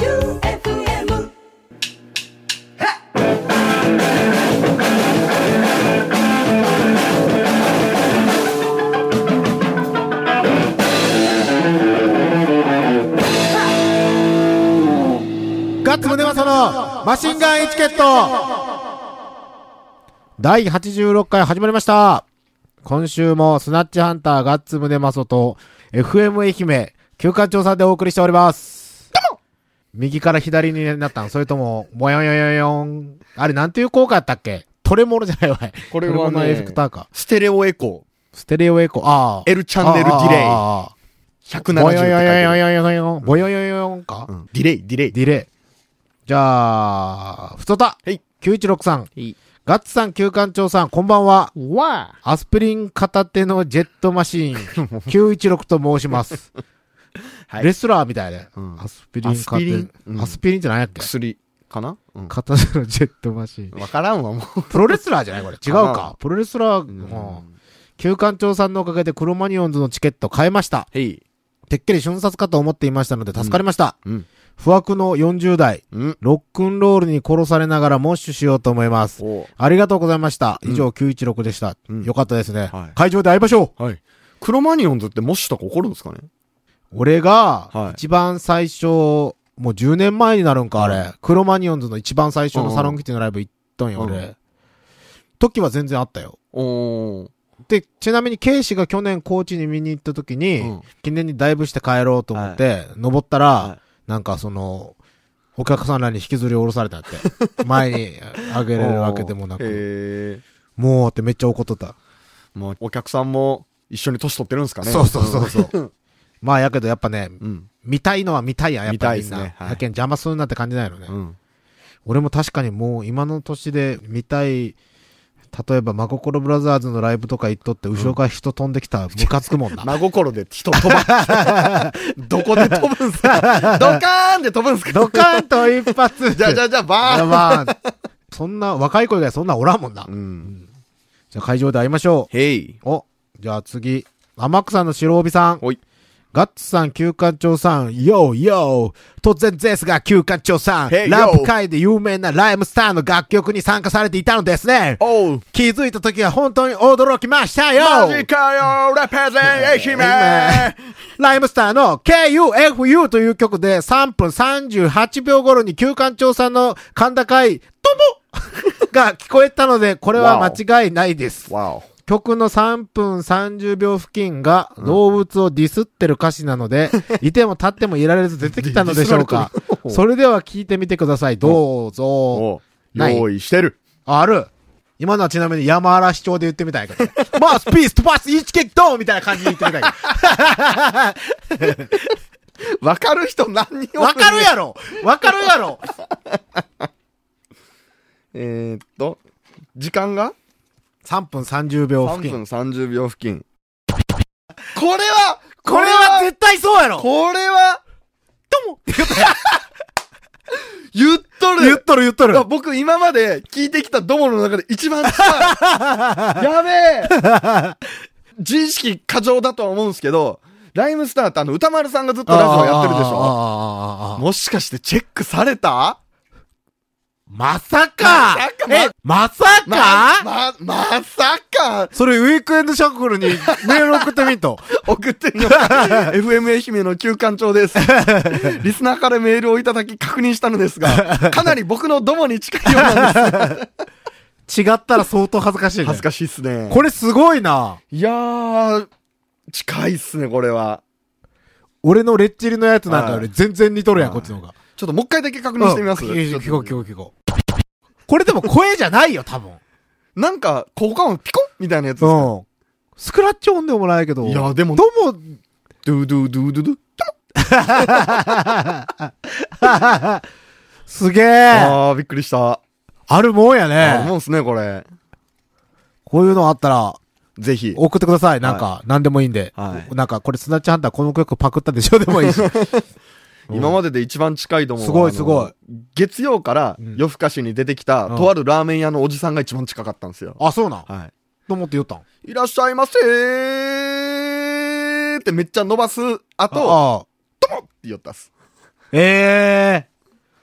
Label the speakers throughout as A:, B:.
A: J-O-E-U-F-M
B: ガッツムネマソのマシンガンエチケット第86回始まりました今週もスナッチハンターガッツムネマソと FM 愛媛休館長さんでお送りしております右から左になったんそれとも、もやよよよん。あれ、なんていう効果やったっけトレモロじゃないわい。
C: これ
B: トレモ
C: は
B: ロの
C: ね
B: エフェクターか。
C: ステレオエコ
B: ステレオエコー。ああ。
C: ー、L チャンネルディレイ、
B: あ
C: 170っ
B: ー。
C: て書
B: ぼ
C: い
B: よ
C: て
B: よよよ
C: ある。
B: よよよん。ぼよよよよんか。
C: うんディレイ、ディレイ。
B: ディレイ。じゃあ、ふとた。
C: はい。
B: 916さん。
C: い
B: ガッツさん、旧館長さん、こんばんは。
C: わ
B: アスプリン片手のジェットマシーン、916と 申します。
C: はい
B: レスラーみたいで。
C: うん
B: アスプリン片
C: アス
B: 手
C: ピリンうん
B: アスピリンって何やっけ
C: 薬かなうん。
B: 片手のジェットマシーン。
C: わからんわ、もう。
B: プロレスラーじゃないこれ。違うか
C: かな。
B: プロレスラー、
C: う
B: うん。旧館長さんのおかげでクロマニオンズのチケット買えました。
C: へい。
B: てっきり瞬殺かと思っていましたので助かりました。
C: うん。
B: 不惑の40代、
C: うん。
B: ロックンロールに殺されながらモッシュしようと思います。
C: お
B: ありがとうございました。以上、916でした。
C: うん
B: よかったですね、
C: はい
B: 会場で会いましょう
C: はい。クロマニオンズってモッシュとか起こるんですかね
B: 俺が
C: は、い
B: 一番最初、もう10年前になるんか、あれ、
C: う
B: クロマニオンズの一番最初のサロンキティのライブ行ったんよ、
C: うん
B: 俺。時は全然あったよ。
C: おー。
B: で、ちなみに、ケイシが去年高知に見に行った時に、
C: うん
B: 記念にダイブして帰ろうと思って、登ったら、
C: は
B: なんかその、お客さんらに引きずり下ろされたって。前にあげれるわけでもな
C: へ
B: く。
C: ー
B: もうってめっちゃ怒っとった。
C: まあ、お客さんも一緒に年取ってるんですかね
B: そうそうそうそう。まあ、やけどやっぱね、
C: うん。
B: 見たいのは見たいやん、やっぱりみんな。
C: 見たいっすねはい
B: やけん邪魔するなって感じないのね。
C: うん。
B: 俺も確かにもう今の年で見たい、例えば真心ブラザーズのライブとか行っとって、後ろから人飛んできたらムカつく もんな。
C: 真心で人飛ばす。 どこで飛ぶんす かドカーンで飛ぶんすか
B: ドカーンと一発
C: じゃあじゃ
B: ゃ
C: あじゃあバーン
B: まあ、そんな、若い子以外そんなおらんもんな。
C: うん。
B: じゃあ会場で会いましょ。
C: へいう
B: お、じゃあ次。天草の白帯さん。
C: ほい。
B: ガッツさん、休館長さん、ヨーヨー突然ですが、休館長さん、
C: Hey, yo
B: ラップ界で有名なライムスターの楽曲に参加されていたのですね。
C: おう。
B: 気づいた時は本当に驚きましたよ
C: マジかよ、レペゼン愛媛
B: ライムスターの KUFU という曲で3分38秒頃に休館長さんの甲高い、ともが聞こえたので、これは間違いないです。
C: わお。
B: 曲の3分30秒付近が動物をディスってる歌詞なの で、いても立ってもいられず出てきたのでしょうか
C: ディスられ。てる
B: それでは聞いてみてください。どうぞ。
C: お
B: ない
C: 用意してる。
B: ある。今のはちなみに山嵐町で言ってみたいけ ど。まあ、スピース、飛ばす、イチケットみたいな感じで言ってみたいけど。
C: わかる人何人お
B: わかるやろわかるやろ
C: えーっと、時間が
B: ?3 分30秒
C: ?3
B: 付
C: 分
B: 近。
C: 30秒付近。これは
B: これは絶対そうやろ
C: これは
B: とも
C: 言っとる
B: 言っとる言っと
C: いや
B: る
C: 僕今まで聞いてきたドモの中で一番近 いやべえ自意識過剰だとは思うんですけど、ライムスターってあの歌丸さんがずっとラジオやってるでしょ
B: ょ
C: もしかしてチェックされた
B: まさかえ、まさ
C: ま、
B: か
C: ま、まさか、
B: それ、ウィークエンドシャッフルにメール送ってみんと。
C: 送ってみよう。FM 愛媛の旧館長 です。リスナーからメールをいただき確認したのです が、かなり僕のドモに近いようなんです。
B: 違ったら相当恥ずかしいね。
C: 恥ずかしいっすね。
B: これすごいな。
C: いやー、近いっすね、これは。
B: 俺のレッチリのやつなんかより
C: は
B: 全然似とるやん、こっちの方が。
C: ちょっともう一回だけ確認してみます
B: うん聞こう
C: ち
B: 聞
C: ょ
B: こ
C: っ
B: う
C: と
B: 聞こう聞こう。これでも声じゃないよ、 多分。
C: なんか、効果音ピコンみたいなやつですか
B: うん。スクラッチ音でもないけど。
C: いやでも
B: どうも、
C: ドゥドゥドゥドゥドゥ。
B: すげえ。
C: あー、びっくりした。
B: あるもんや
C: あ
B: ね。
C: もうっすね、これ。
B: こういうのあったら、
C: ぜひ。
B: 送ってください。なんか、何でもいいんで。
C: はい
B: なんか、これ、スナッチハンターこの曲パクったでしょでもいい し。
C: 今までで一番近いと思う。
B: すごいすごい
C: あの。月曜から夜更かしに出てきた、
B: うん
C: とあるラーメン屋のおじさんが一番近かったんですよ。
B: あ、そうなん。
C: は
B: と思って言ったん。
C: い。いらっしゃいませーってめっちゃ伸ばす後、
B: あ
C: って言ったっす。
B: ええ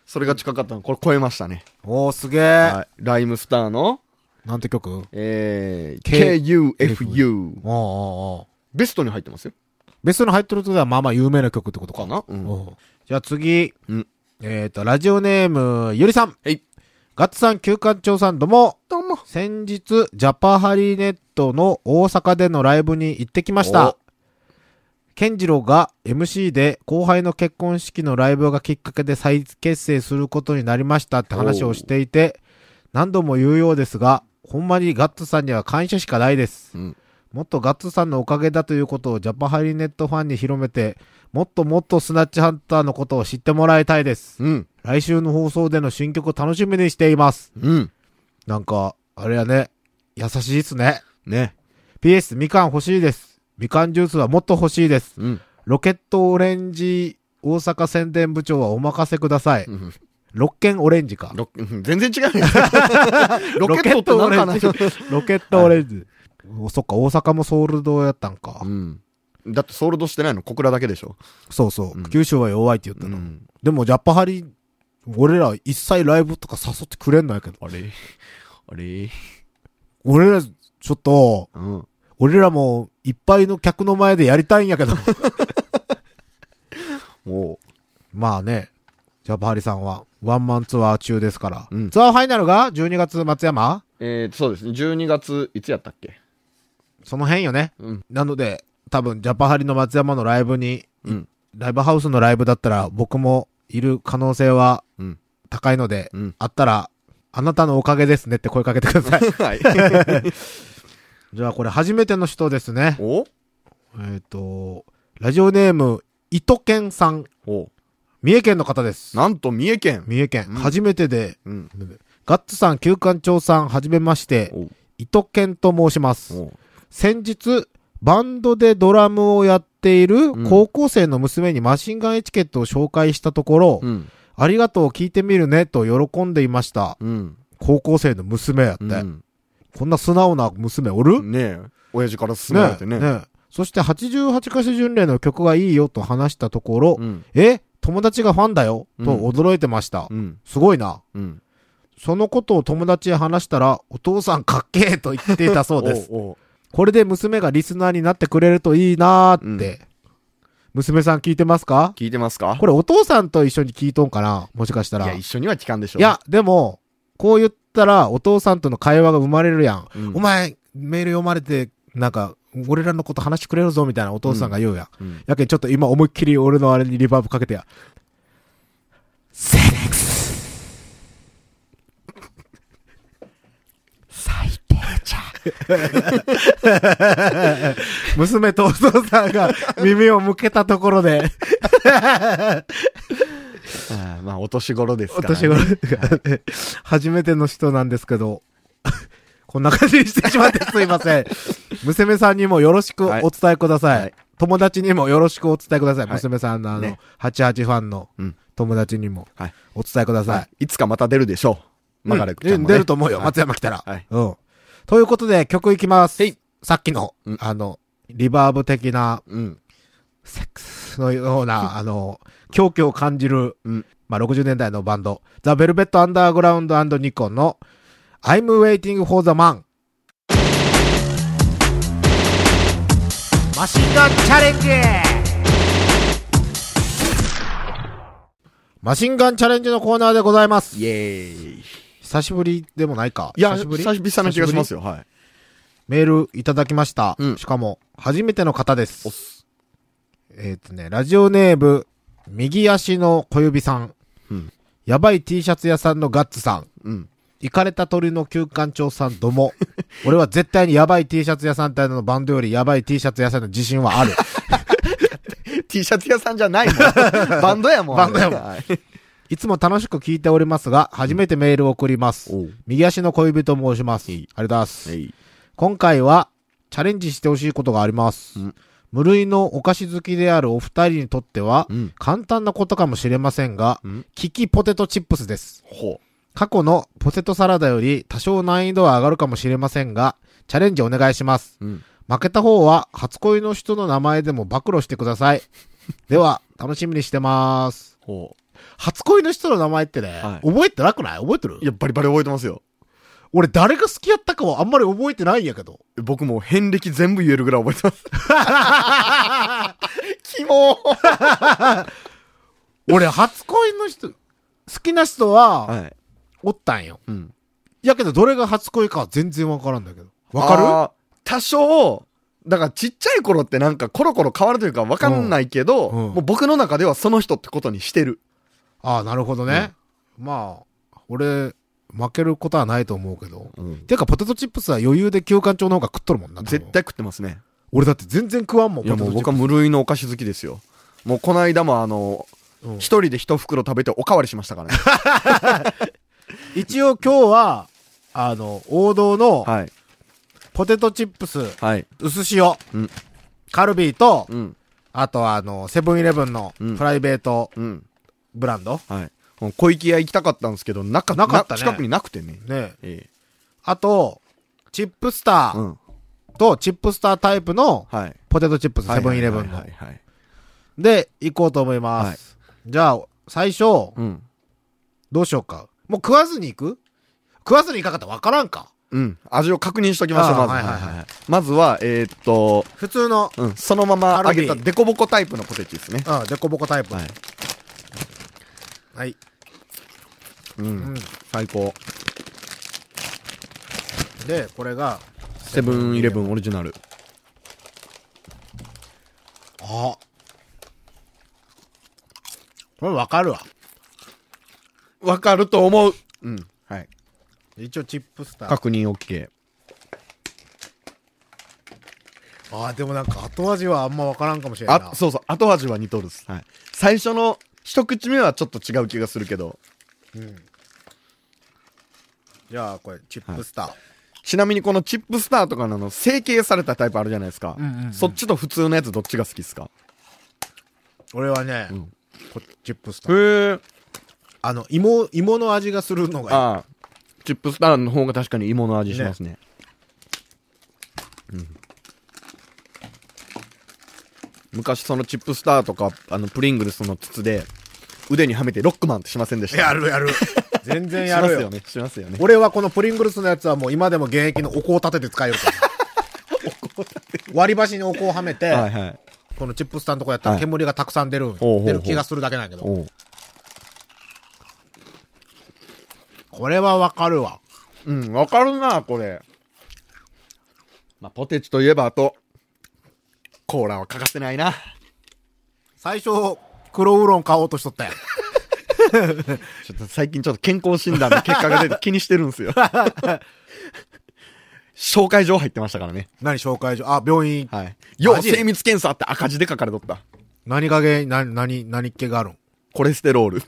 C: それが近かったの。これ超えましたね。
B: ー。おー、すげえ、
C: はい。ライムスターの、
B: なんて曲おー
C: えー、
B: K-
C: KUFU。
B: おーおー
C: ベストに入ってますよ。
B: ベストに入ってるとではまあまあ有名な曲ってことか
C: かなうん
B: おうじゃあ次。
C: うん
B: えっ、と、ラジオネーム、ゆりさん。
C: はい。
B: ガッツさん、旧館長さん、どうも。
C: どうも。
B: 先日、ジャパハリネットの大阪でのライブに行ってきました
C: お。
B: ケンジロウが MC で後輩の結婚式のライブがきっかけで再結成することになりましたって話をしていて、何度も言うようですが、ほんまにガッツさんには感謝しかないです。
C: うん。
B: もっとガッツさんのおかげだということをジャパハリネットファンに広めて、もっともっとスナッチハンターのことを知ってもらいたいです。
C: うん。
B: 来週の放送での新曲を楽しみにしています。
C: うん。
B: なんか、あれやね、優しいっすね。
C: ね。
B: PS、みかん欲しいです。みかんジュースはもっと欲しいです。
C: うん。
B: ロケットオレンジ大阪宣伝部長はお任せください。
C: うん
B: ロッケンオレンジか。
C: ロうん全然違 うね。ロケットってなんかな
B: ロケットオレン ジ。ロケットオレンジ。おそっか、大阪もソウルドやったんか。
C: うん。だってソールドしてないの小倉だけでしょ。
B: そうそう、
C: うん
B: 九州は弱いって言った
C: う
B: の。
C: ん。
B: でも、ジャパハリ、俺ら一切ライブとか誘ってくれんのやけど。
C: あれあれ
B: 俺ら、ちょっと、
C: うん。
B: 俺らも、いっぱいの客の前でやりたいんやけど。
C: も
B: まあね、ジャパハリさんは、ワンマンツアー中ですから。
C: うん
B: ツアーファイナルが12月松山
C: う。えー、そうですね。12月、いつやったっけ
B: その辺よね。
C: うん。
B: なので、多分、ジャパハリの松山のライブに、
C: うん。
B: ライブハウスのライブだったら、僕もいる可能性は
C: うん。
B: 高いので、
C: うん。
B: あったら、あなたのおかげですねって声かけてくだ さい。
C: はい。
B: じゃあこれ初めての人ですね。
C: お
B: えっ、と、ラジオネーム、糸健さん。
C: お
B: 三重県の方です。
C: なんと三重県。
B: 三重県、
C: うん
B: 初めてで、
C: うん。
B: ガッツさん、旧館長さん、はじめまして、
C: お
B: 糸健と申します。
C: お
B: 先日、バンドでドラムをやっている
C: うん
B: 高校生の娘にマシンガンエチケットを紹介したところ、
C: うん。
B: ありがとう聞いてみるねと喜んでいました。
C: うん。
B: 高校生の娘やって。
C: うん。
B: こんな素直な娘おる、
C: ねえ。親父から勧められてね。
B: えそして88歌手巡礼の曲がいいよと話したところ、
C: うん。
B: え友達がファンだよと
C: うん
B: 驚いてました。
C: うん。
B: すごいな。
C: うん。
B: そのことを友達へ話したら、お父さんかっけえと言っていたそうです。
C: おお
B: これで娘がリスナーになってくれるといいなーって。娘さん聞いてますか
C: 聞いてますか
B: これお父さんと一緒に聞いとんかなもしかしたら。
C: いや、一緒には聞かんでしょ。
B: いや、でも、こう言ったらお父さんとの会話が生まれるやん。
C: うん、
B: お前、メール読まれて、なんか、俺らのこと話してくれるぞみたいなお父さんが言うやん。
C: うん
B: やけんちょっと今思いっきり俺のあれにリバーブかけてや。セックス 最低じゃ。娘とお父さんが耳を向けたところで、
C: あーまあ、お年頃です
B: お
C: から、ね。
B: 年頃、 初めての人なんですけど、 こんな感じにしてしまってすいません。 娘さんにもよろしくお伝えください。
C: はい
B: 友達にもよろしくお伝えください。
C: はい
B: 娘さんのあの、
C: ね
B: 88ファンの
C: うん
B: 友達にも
C: はい
B: お伝えください。
C: はい。いつかまた出るでしょう。マガレックちゃ
B: う
C: ん
B: ん
C: も、ね
B: 出ると思うよ、
C: はい
B: 松山来たら。
C: はい
B: うん。ということで、曲いきます。
C: はい
B: さっきの、
C: うん
B: あの、リバーブ的な、
C: うん。
B: セックスのよう な、あの、狂気を感じる、
C: うん
B: まあ、60年代のバンド、ザ・ベルベット・アンダーグラウンドニコンの、I'm waiting for the man。マシンガンチャレンジマシンガンチャレンジのコーナーでございます。
C: イエーイ。
B: 久しぶりでもないか。
C: いや、久
B: 久しぶり
C: 々な気がします
B: よ。
C: よ。はい。
B: メールいただきました。
C: うん
B: しかも、初めての方で
C: おっ
B: す。
C: す。
B: えっ、とね、ラジオネーム、右足の小指さん。
C: うん
B: やばい T シャツ屋さんのガッツさん。
C: うん。
B: イかれた鳥の休館長さんども。 俺は絶対にやばい T シャツ屋さんってあのバンドよりやばい T シャツ屋さんの自信は ある。
C: T シャツ屋さんじゃないもん。 バンドやもん。
B: バンドやもん
C: はい
B: いつも楽しく聞いておりますが、初めてメールを送ります。
C: おう
B: 右足の小指と申します。あ
C: い
B: りがとうございます。
C: はい。
B: 今回はチャレンジしてほしいことがあります、
C: うん
B: 無類のお菓子好きであるお二人にとっては、
C: うん
B: 簡単なことかもしれませんが、
C: うん
B: キキポテトチップスです
C: ほ
B: 過去のポテトサラダより多少難易度は上がるかもしれませんがチャレンジお願いします
C: う。うん。
B: 負けた方は初恋の人の名前でも暴露してくださいでは、楽しみにしてます。
C: ほ
B: 初恋の人の名前ってね、
C: はい
B: 覚えてなくない覚えてる
C: う。いや、バリバリ覚えてますよ。
B: 俺誰が好きやったかはあんまり覚えてないんやけど。
C: 僕もう遍歴全部言えるぐらい覚えてます。 キモ
B: 俺初恋の人、好きな人は
C: はい。
B: おったんよ。
C: うん。
B: やけどどれが初恋かは全然わからんだけど。わか
C: かる多少、だからちっちゃい頃ってなんかコロコロ変わるというかわかんないけど、
B: うんうん
C: もう僕の中ではその人ってことにしてる。
B: るああ、なるほどね。まあ、俺、負けることはないと思うけど。てか、ポテトチップスは余裕で休館長の方が食っとるもんな。多分
C: 絶対食ってますね。
B: 俺だって全然食わんもん、
C: いやも
B: ポ
C: う
B: テ
C: 僕
B: ト
C: は無類のお菓子好きですよ。もうこの間もあの、
B: チップスうん
C: 一人で一袋食べておかわりしましたからね。
B: 一応今日は、あの、王道の
C: はい。
B: ポテトチップス、
C: はい。
B: 薄塩、
C: うん
B: カルビーと、
C: うん。
B: あとはあの、セブンイレブンの
C: うん
B: プライベート
C: うん。
B: ブランド、
C: はい。もう小池屋行きたかったんですけど、なか
B: なかったね
C: 近くになくてね。
B: ね。
C: え
B: あと、チップス
C: え
B: タ
C: う
B: ー
C: ん。
B: とチップスタータイプの
C: はい。
B: ポテトチップス、セブンイレブン
C: は
B: の
C: いはい。はいはい。
B: で、行こうと思います。じゃあ、最初、
C: うん。
B: どうしようか。もう食わずに行く食わずに行かなかったらわからんか。
C: うん。味を確認しときましょう、
B: あ
C: ま
B: ー
C: ず。
B: はいはいはい
C: まずは、えーっと、
B: 普通の、
C: うん、そのまま揚げた
B: カルビ
C: デコボコタイプのポテチですね。
B: うん、デコボコタイプ。
C: はい。
B: はい。
C: うん。
B: ん
C: 最高。
B: で、これが、
C: セブンイレブンオリジナル。
B: あこれわかるわ。
C: わかると思う。うん。はい。
B: 一応チップスター。
C: 確認 OK。
B: ああ、でもなんか後味はあんまわからんかもしれんないな
C: あ、。そうそう。後味は似とるっす。はい。最初の一口目はちょっと違う気がするけど。
B: じゃあ、これ、チップスター。
C: ちなみにこのチップスターとかのあの成形されたタイプあるじゃないですか。
B: うんうんうん
C: そっちと普通のやつどっちが好きですか
B: 俺はね、
C: ん
B: こチップスタ
C: へ
B: ー。
C: え。
B: あの、芋、芋の味がするのがいい。
C: ああ。チップスターの方が確かに芋の味しますね。うん、昔そのチップスターとか、あの、プリングルスの筒で、腕にはめてロックマンってしませんでした。
B: やる やる。全然
C: し
B: や
C: ま
B: る
C: す
B: よ
C: よね。しますよね。
B: 俺はこのプリングルスのやつはもう今でも現役のお香を立てて使えるから。割り箸にお香をはめて、
C: はいはい。
B: このチップスターのとこやったら
C: はい
B: 煙がたくさん出るんよ、
C: ほうほうほう
B: 出る気がするだけなんやけど。
C: おう
B: これはわかるわ。
C: うん、わかるな、これ。まあ、ポテチといえばあと、コーラは欠かせないな。
B: 最初、黒ウーロン買おうとしとったやん。
C: ちょっと最近ちょっと健康診断の結果が出て気にしてるんですよ。 紹介状入ってましたからね。
B: 何紹介所あ、病院。
C: はい。要
B: マジ
C: 精密検査って赤字で書かれとった。
B: 何が原因、何、何、何っけがあるん
C: コレステロール。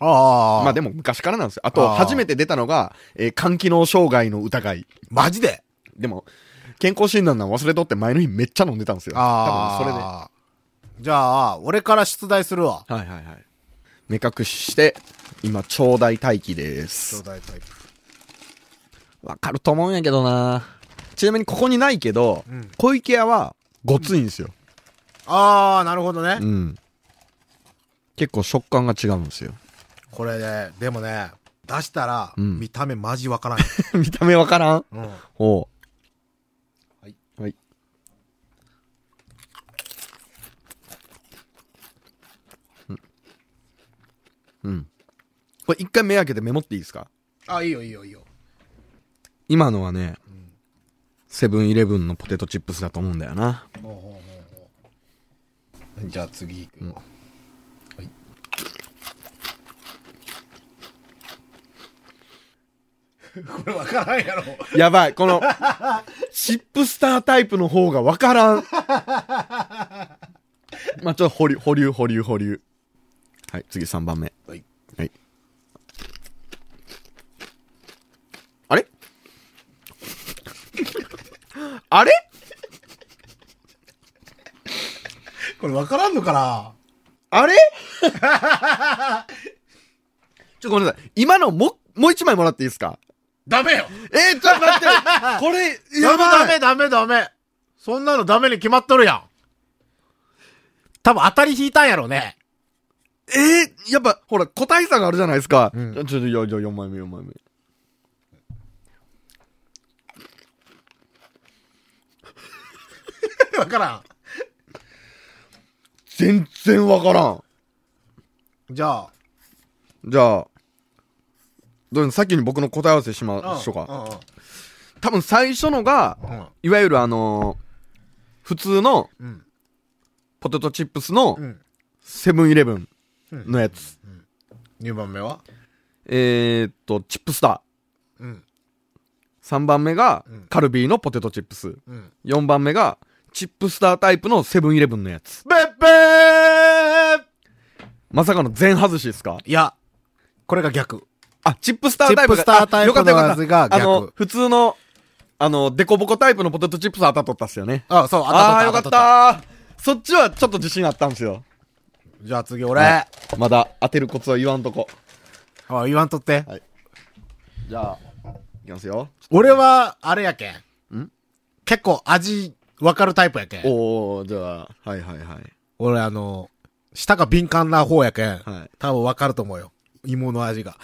B: ああああ。
C: まあでも昔からなんですよ。あと、
B: あー
C: 初めて出たのが、えー肝機能障害の疑い。
B: マジで
C: でも、健康診断なん忘れとって前の日めっちゃ飲んでたんですよ。
B: ああ。
C: 多分それで。
B: じゃあ、俺から出題するわ。
C: はいはいはい。目隠しして、今、腸大待機で
B: 兄
C: す。
B: 弟タイプ。
C: わかると思うんやけどなちなみにここにないけど、
B: うん
C: 小池屋は、ごついんですよ。
B: ああ、なるほどね。
C: うん。結構食感が違うんですよ。
B: これね、でもね、出したら、
C: うん
B: 見た目マジわからん。
C: 見た目わからん
B: うん。
C: おう。
B: はい。
C: はい。うん。うん。これ一回目開けてメモっていいですか
B: あ、いいよいいよいいよ。
C: 今のはね、セブンイレブンのポテトチップスだと思うんだよな。
B: じゃあ次行くよ。 はい。これわからんやろ。
C: やばい、この、チップスタータイプの方がわからん。まあ、ちょっと保留、保留、保留、保留。はい、次3番目。
B: はい。
C: はい。あれあれ
B: これわからんのかな
C: あれちょ、ごめんなさい。今のも、もう一枚もらっていいですか
B: ダメよ
C: えー、ちょっと待 ってこれ、
B: ダメ
C: やばい
B: ダメダメダメそんなのダメに決まっとるやん多分当たり引いたんやろうね。
C: えー、やっぱ、ほら、個体差があるじゃないですか。
B: うん
C: ちょ、ちょ、ちょ、4枚目、4枚目。
B: わから
C: 全然わからん。
B: ん。じゃあ。
C: じゃあ、どうぞ先に僕の答え合わせしましょうか。
B: う
C: 多分最初のが、
B: ん。うん。
C: いわゆるあのー普通の
B: うん。
C: ポテトチップスの
B: うん。
C: セブンイレブンのやつ。
B: 2番目は
C: えーっと、チップスタ
B: うん。
C: ー。3番目が
B: うん
C: カルビーのポテトチップス。
B: うん。
C: 4番目がチップスタータイプのセブンイレブンのやつ。
B: べっぺー
C: まさかの全外しですか
B: いや、これが逆。
C: あ、チップスタータイプ
B: チップスタータイプの
C: あよかったよか
B: 味
C: っ
B: が
C: た。あ
B: 逆
C: の、普通の、あの、デコボコタイプのポテトチップス当たっとったっすよね。
B: あ、そう、
C: ああー、よかっ。
B: 当たった
C: そっちはちょっと自信あったんですよ。
B: た。じゃあ次俺。
C: は
B: あ
C: い、まだ当てるコツは言わんとこ。
B: 言わんとって。
C: じゃあ、いきますよ。
B: 俺は、あれやけん。
C: ん
B: 結構味、わかるタイプやけん。
C: おー、じゃあ、はいはいはい。
B: 俺あの、舌が敏感な方やけん。
C: はい
B: 多分わかると思うよ。芋の味が。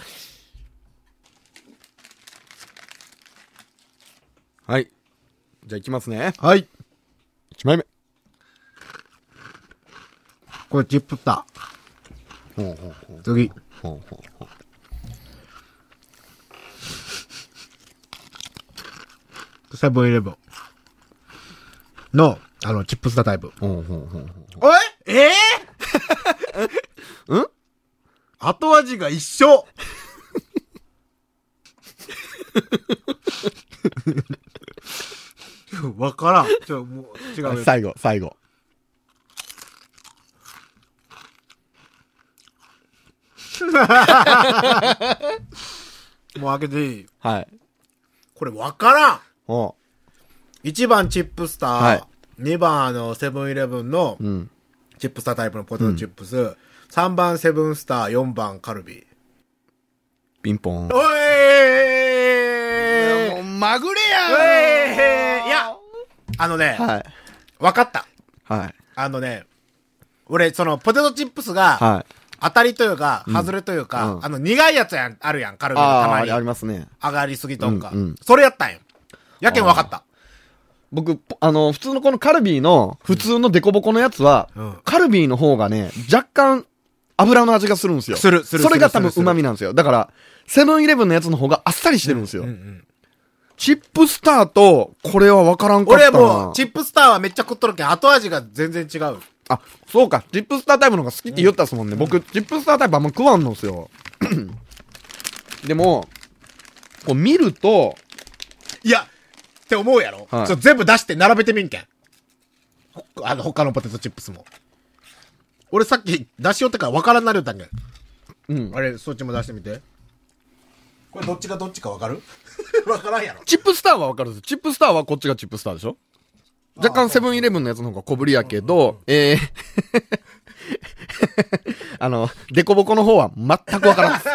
C: はい。じゃあいきますね。
B: はい。
C: 1枚目。
B: これチップタ
C: ほうほうほう。
B: ー。次。
C: ほうほうほう。
B: セブンイレブン。の、あの、チップスタータイプ。
C: ほうほうほうほ
B: ええ
C: う。ん
B: 後味が一緒わからん。ちょ、もう、違うよ。
C: 最後、最後。
B: もう開けていい
C: はい。
B: これわからん
C: ほ
B: !1 番チップスター、
C: はい
B: 2番あの、セブンイレブンの
C: う。うん。
B: チップスタータイプのポテトチップス、3番セブンスター、4番カルビー。
C: ピンポ
B: お
C: ン。
B: い
C: もうまぐれ
B: えーいやあのね、
C: はい。
B: わかった。
C: はい。
B: あのね、俺、その、ポテトチップスが、
C: はい。
B: 当たりというか、外れというか、
C: うん
B: あの、苦いやつやん、あるやん、カルビのた
C: あ
B: ま
C: あ
B: に
C: ー、ありますね。
B: 上がりすぎとんか。
C: うんうん
B: それやったんよ。やけんわかった。
C: 僕、ぽあの、普通のこのカルビーの、普通のデコボコのやつは、
B: うん
C: カルビーの方がね、若干、油の味がするんですよ。
B: するする
C: それが多分
B: するする
C: 旨味なんですよ。だから、セブンイレブンのやつの方があっさりしてるんですよ。
B: うんうん
C: チップスターと、これは分からんかっ
B: 俺
C: た
B: は
C: な。
B: もう、チップスターはめっちゃ食っとるけん、後味が全然違う。
C: あ、そうか。チップスタータイプの方が好きって言ったっすもんね。僕、チップスタータイプあんま食わんのっすよ。でも、こう見ると、
B: いや、って思うやろ、
C: はい
B: ちょ全部出して並べてみんけん。ほあの、他のポテトチップスも。俺さっき出しよってから分からんなるよったんけん。
C: うん。
B: あれ、そっちも出してみて。これどっちがどっちか分かる 分からんやろ。
C: チップスターは分かるんですよチップスターはこっちがチップスターでしょ若干セブンイレブンのやつの方が小ぶりやけど、えー、 あの、デコボコの方は全く分からんっす。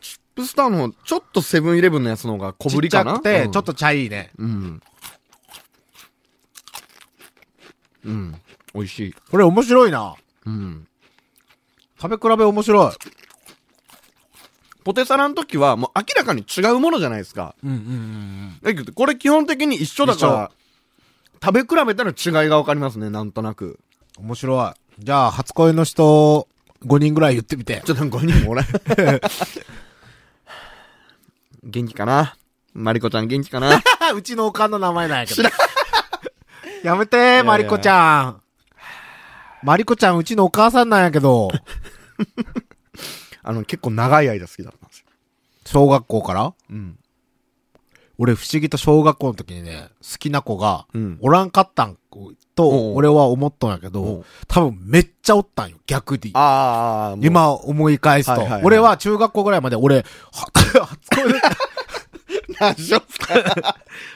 C: チップスターの方、ちょっとセブンイレブンのやつの方が小ぶりか
B: ちっ
C: な
B: ちゃくて、
C: うん
B: ちょっと茶いいね。
C: うん。うん。美味しい。
B: これ面白いな。
C: うん。
B: 食べ比べ面白い。
C: ポテサラの時はもう明らかに違うものじゃないですか。
B: うんうんうん。
C: だけど、これ基本的に一緒だから、食べ比べたら違いがわかりますね、なんとなく。
B: 面白い。じゃあ、初恋の人、5人ぐらい言ってみて。
C: ちょっと5人もおらん。 元気かなマリコちゃん元気かな
B: うちのおかんの名前なんやけど。やめてー、マリコちゃん。マリコちゃん、うちのお母さんなんやけ ど、
C: あの、結構長い間好きだったんですよ。
B: 小学校から
C: うん。
B: 俺不思議と小学校の時にね、好きな子が
C: うん、
B: おらんかったん
C: お
B: と、
C: う
B: 俺は思っとんやけ
C: お
B: ど
C: う、
B: 多分めっちゃおったんよ、逆に。
C: ああ、もう。
B: 今思い返すと
C: はいはいは。い
B: 俺は中学校ぐらいまで俺、は 初恋の、
C: 何しよっすか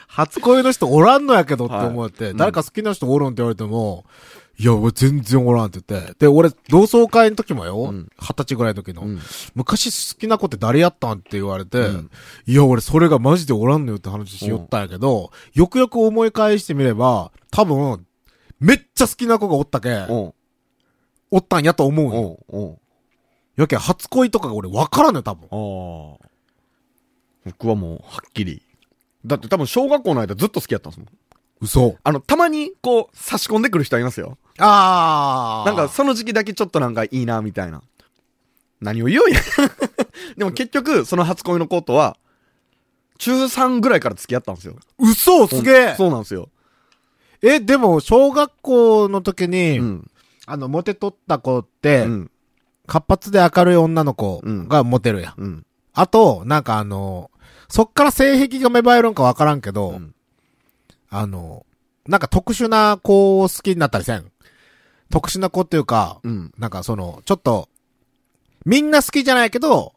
B: 初恋の人おらんのやけどって
C: はい
B: 思って、誰か好きな人おるんって言われても、いや、俺全然おらんって言って。で、俺、同窓会の時もよ、二、
C: ん
B: 十、歳ぐらいの時の、
C: ん
B: 昔好きな子って誰やったんって言われて、
C: ん
B: いや、俺それがマジでおらんのよって話しよったんやけど、よくよく思い返してみれば、多分、めっちゃ好きな子がおったけん、
C: おう
B: おったんやと思うんよ。
C: おうおう
B: やけん初恋とかが俺分からんねん、多分。
C: ああ。僕はもう、はっきり。だって多分小学校の間ずっと好きやったんですもん。
B: 嘘。
C: あの、たまにこう、差し込んでくる人いますよ。
B: あー。
C: なんか、その時期だけちょっとなんかいいな、みたいな。何を言 おうや。でも結局、その初恋の子とは、中3ぐらいから付き合ったんですよ。
B: 嘘すげえ
C: そうなんですよ。
B: え、でも、小学校の時に、
C: うん。
B: あの、モテとった子って、
C: うん。
B: 活発で明るい女の子がモテるやん。
C: うん。
B: あと、なんかあの、そっから性癖が芽生えるんかわからんけど、
C: うん
B: あの、なんか特殊な子を好きになったりせん。特殊な子っていうか、
C: うん。
B: なんかその、ちょっと、みんな好きじゃないけど、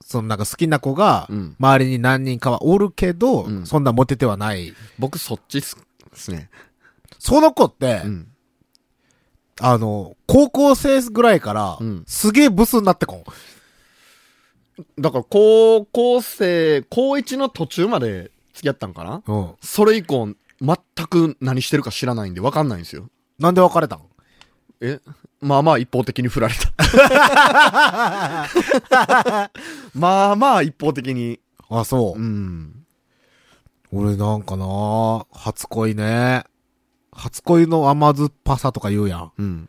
B: そのなんか好きな子が
C: うん、
B: 周りに何人かはおるけど、
C: うん
B: そんなモテてはない。
C: 僕そっちっすっすね。
B: その子って、
C: うん。
B: あの、高校生ぐらいから、
C: うん
B: すげえブスになってこん。
C: だから、高校生、高1の途中まで付き合ったんかな
B: うん。
C: それ以降、全く何してるか知らないんで分かんないんですよ。
B: なんで別れたん
C: えまあまあ一方的に振られ た。まあまあ一方的に。
B: あ、そう
C: う。ん。
B: 俺なんかな初恋ね。初恋の甘酸っぱさとか言うやん。
C: うん。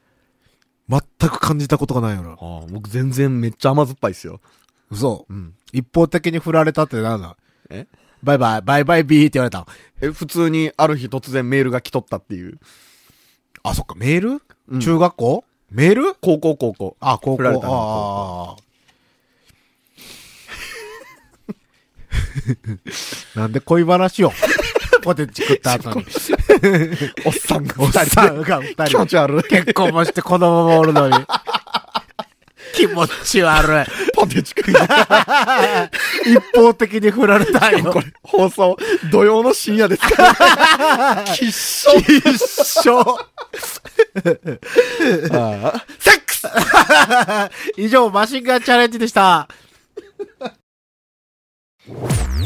B: 全く感じたことがないよな。
C: ああ、僕全然めっちゃ甘酸っぱいっすよ。
B: 嘘。
C: うん。
B: 一方的に振られたってなんだ
C: え
B: バイバイ、バイバイビーって言われた。
C: え、普通にある日突然メールが来とったっていう。
B: あ、そっか、メール、
C: うん
B: 中学校メール
C: 高校高校。
B: あ、高
C: 振
B: 校。
C: られたの
B: あー なんで恋話 をポテチ食った後 に。
C: おっさんが
B: おっ
C: 二人
B: さ
C: で
B: んが二人で
C: 気持ち悪い。
B: 結婚もして子供もおるの に。気持ち悪い。
C: ポテチ食いなが
B: 一方的に振られた
C: ら
B: よ。
C: こ れ、 放送、土曜の深夜ですから。 きっしょ。きっしょ。セックス
B: 以上、マシンガンチャレンジでした。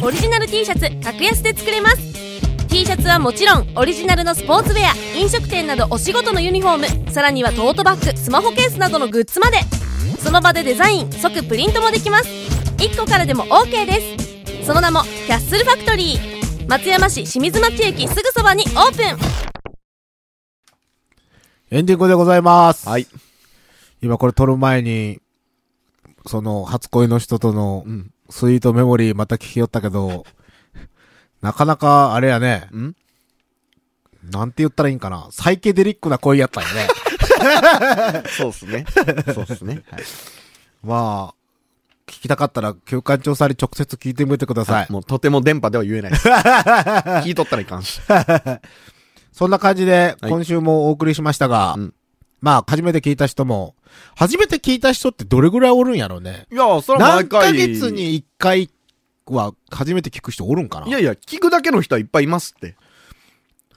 D: オリジナル T シャツ格安で作れます T シャツはもちろんオリジナルのスポーツウェア飲食店などお仕事のユニフォームさらにはトートバッグスマホケースなどのグッズまでその場でデザイン即プリントもできます1個からでも OK ですその名もキャッスルファクトリー松山市清水町駅すぐそばにオープン
B: エンディングでございます。
C: はい。
B: 今これ撮る前に、その、初恋の人との
C: ん、
B: スイートメモリーまた聞きよったけど、 なかなか、あれやね、
C: ん
B: なんて言ったらいいんかな。サイケデリックな恋やったよ ね。
C: そうっすね。そうっすね。はい
B: まあ、聞きたかったら、休館長さんに直接聞いてみてください。
C: もうとても電波では言えないです。聞いとったらいかんし。
B: そんな感じで、
C: はい
B: 今週もお送りしましたが、
C: うん
B: まあ、初めて聞いた人も、初めて聞いた人ってどれぐらいおるんやろうね。
C: いや、それは
B: 何
C: 毎回。
B: ヶ月。に一回は、初めて聞く人おるんかない
C: やいや、聞くだけの人はいっぱいいますって。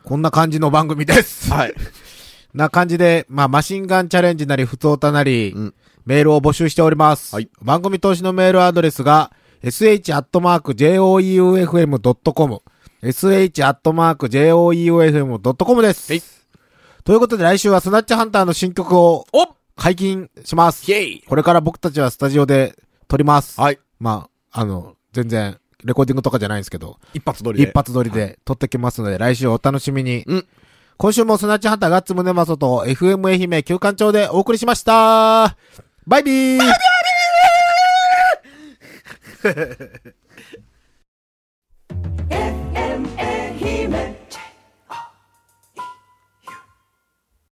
B: こんな感じの番組です。
C: はい。
B: な感じで、まあ、マシンガンチャレンジなり、普通たなり、
C: うん
B: メールを募集しております。
C: はい
B: 番組投資のメールアドレスが、sh.joeufm.com、sh.joeufm.com です。
C: はい
B: ということで、来週はスナッチハンターの新曲を
C: お
B: 解禁します。
C: イェイ
B: これから僕たちはスタジオで撮ります。
C: はい。
B: まあ、あの、全然、レコーディングとかじゃないんですけど、
C: 一発撮りで。
B: 一。発撮りで撮ってきますので、来週お楽しみに。
C: うん。
B: 今週もスナッチハンターガッツムネマソと FM 愛媛休館長でお送りしました。バイビー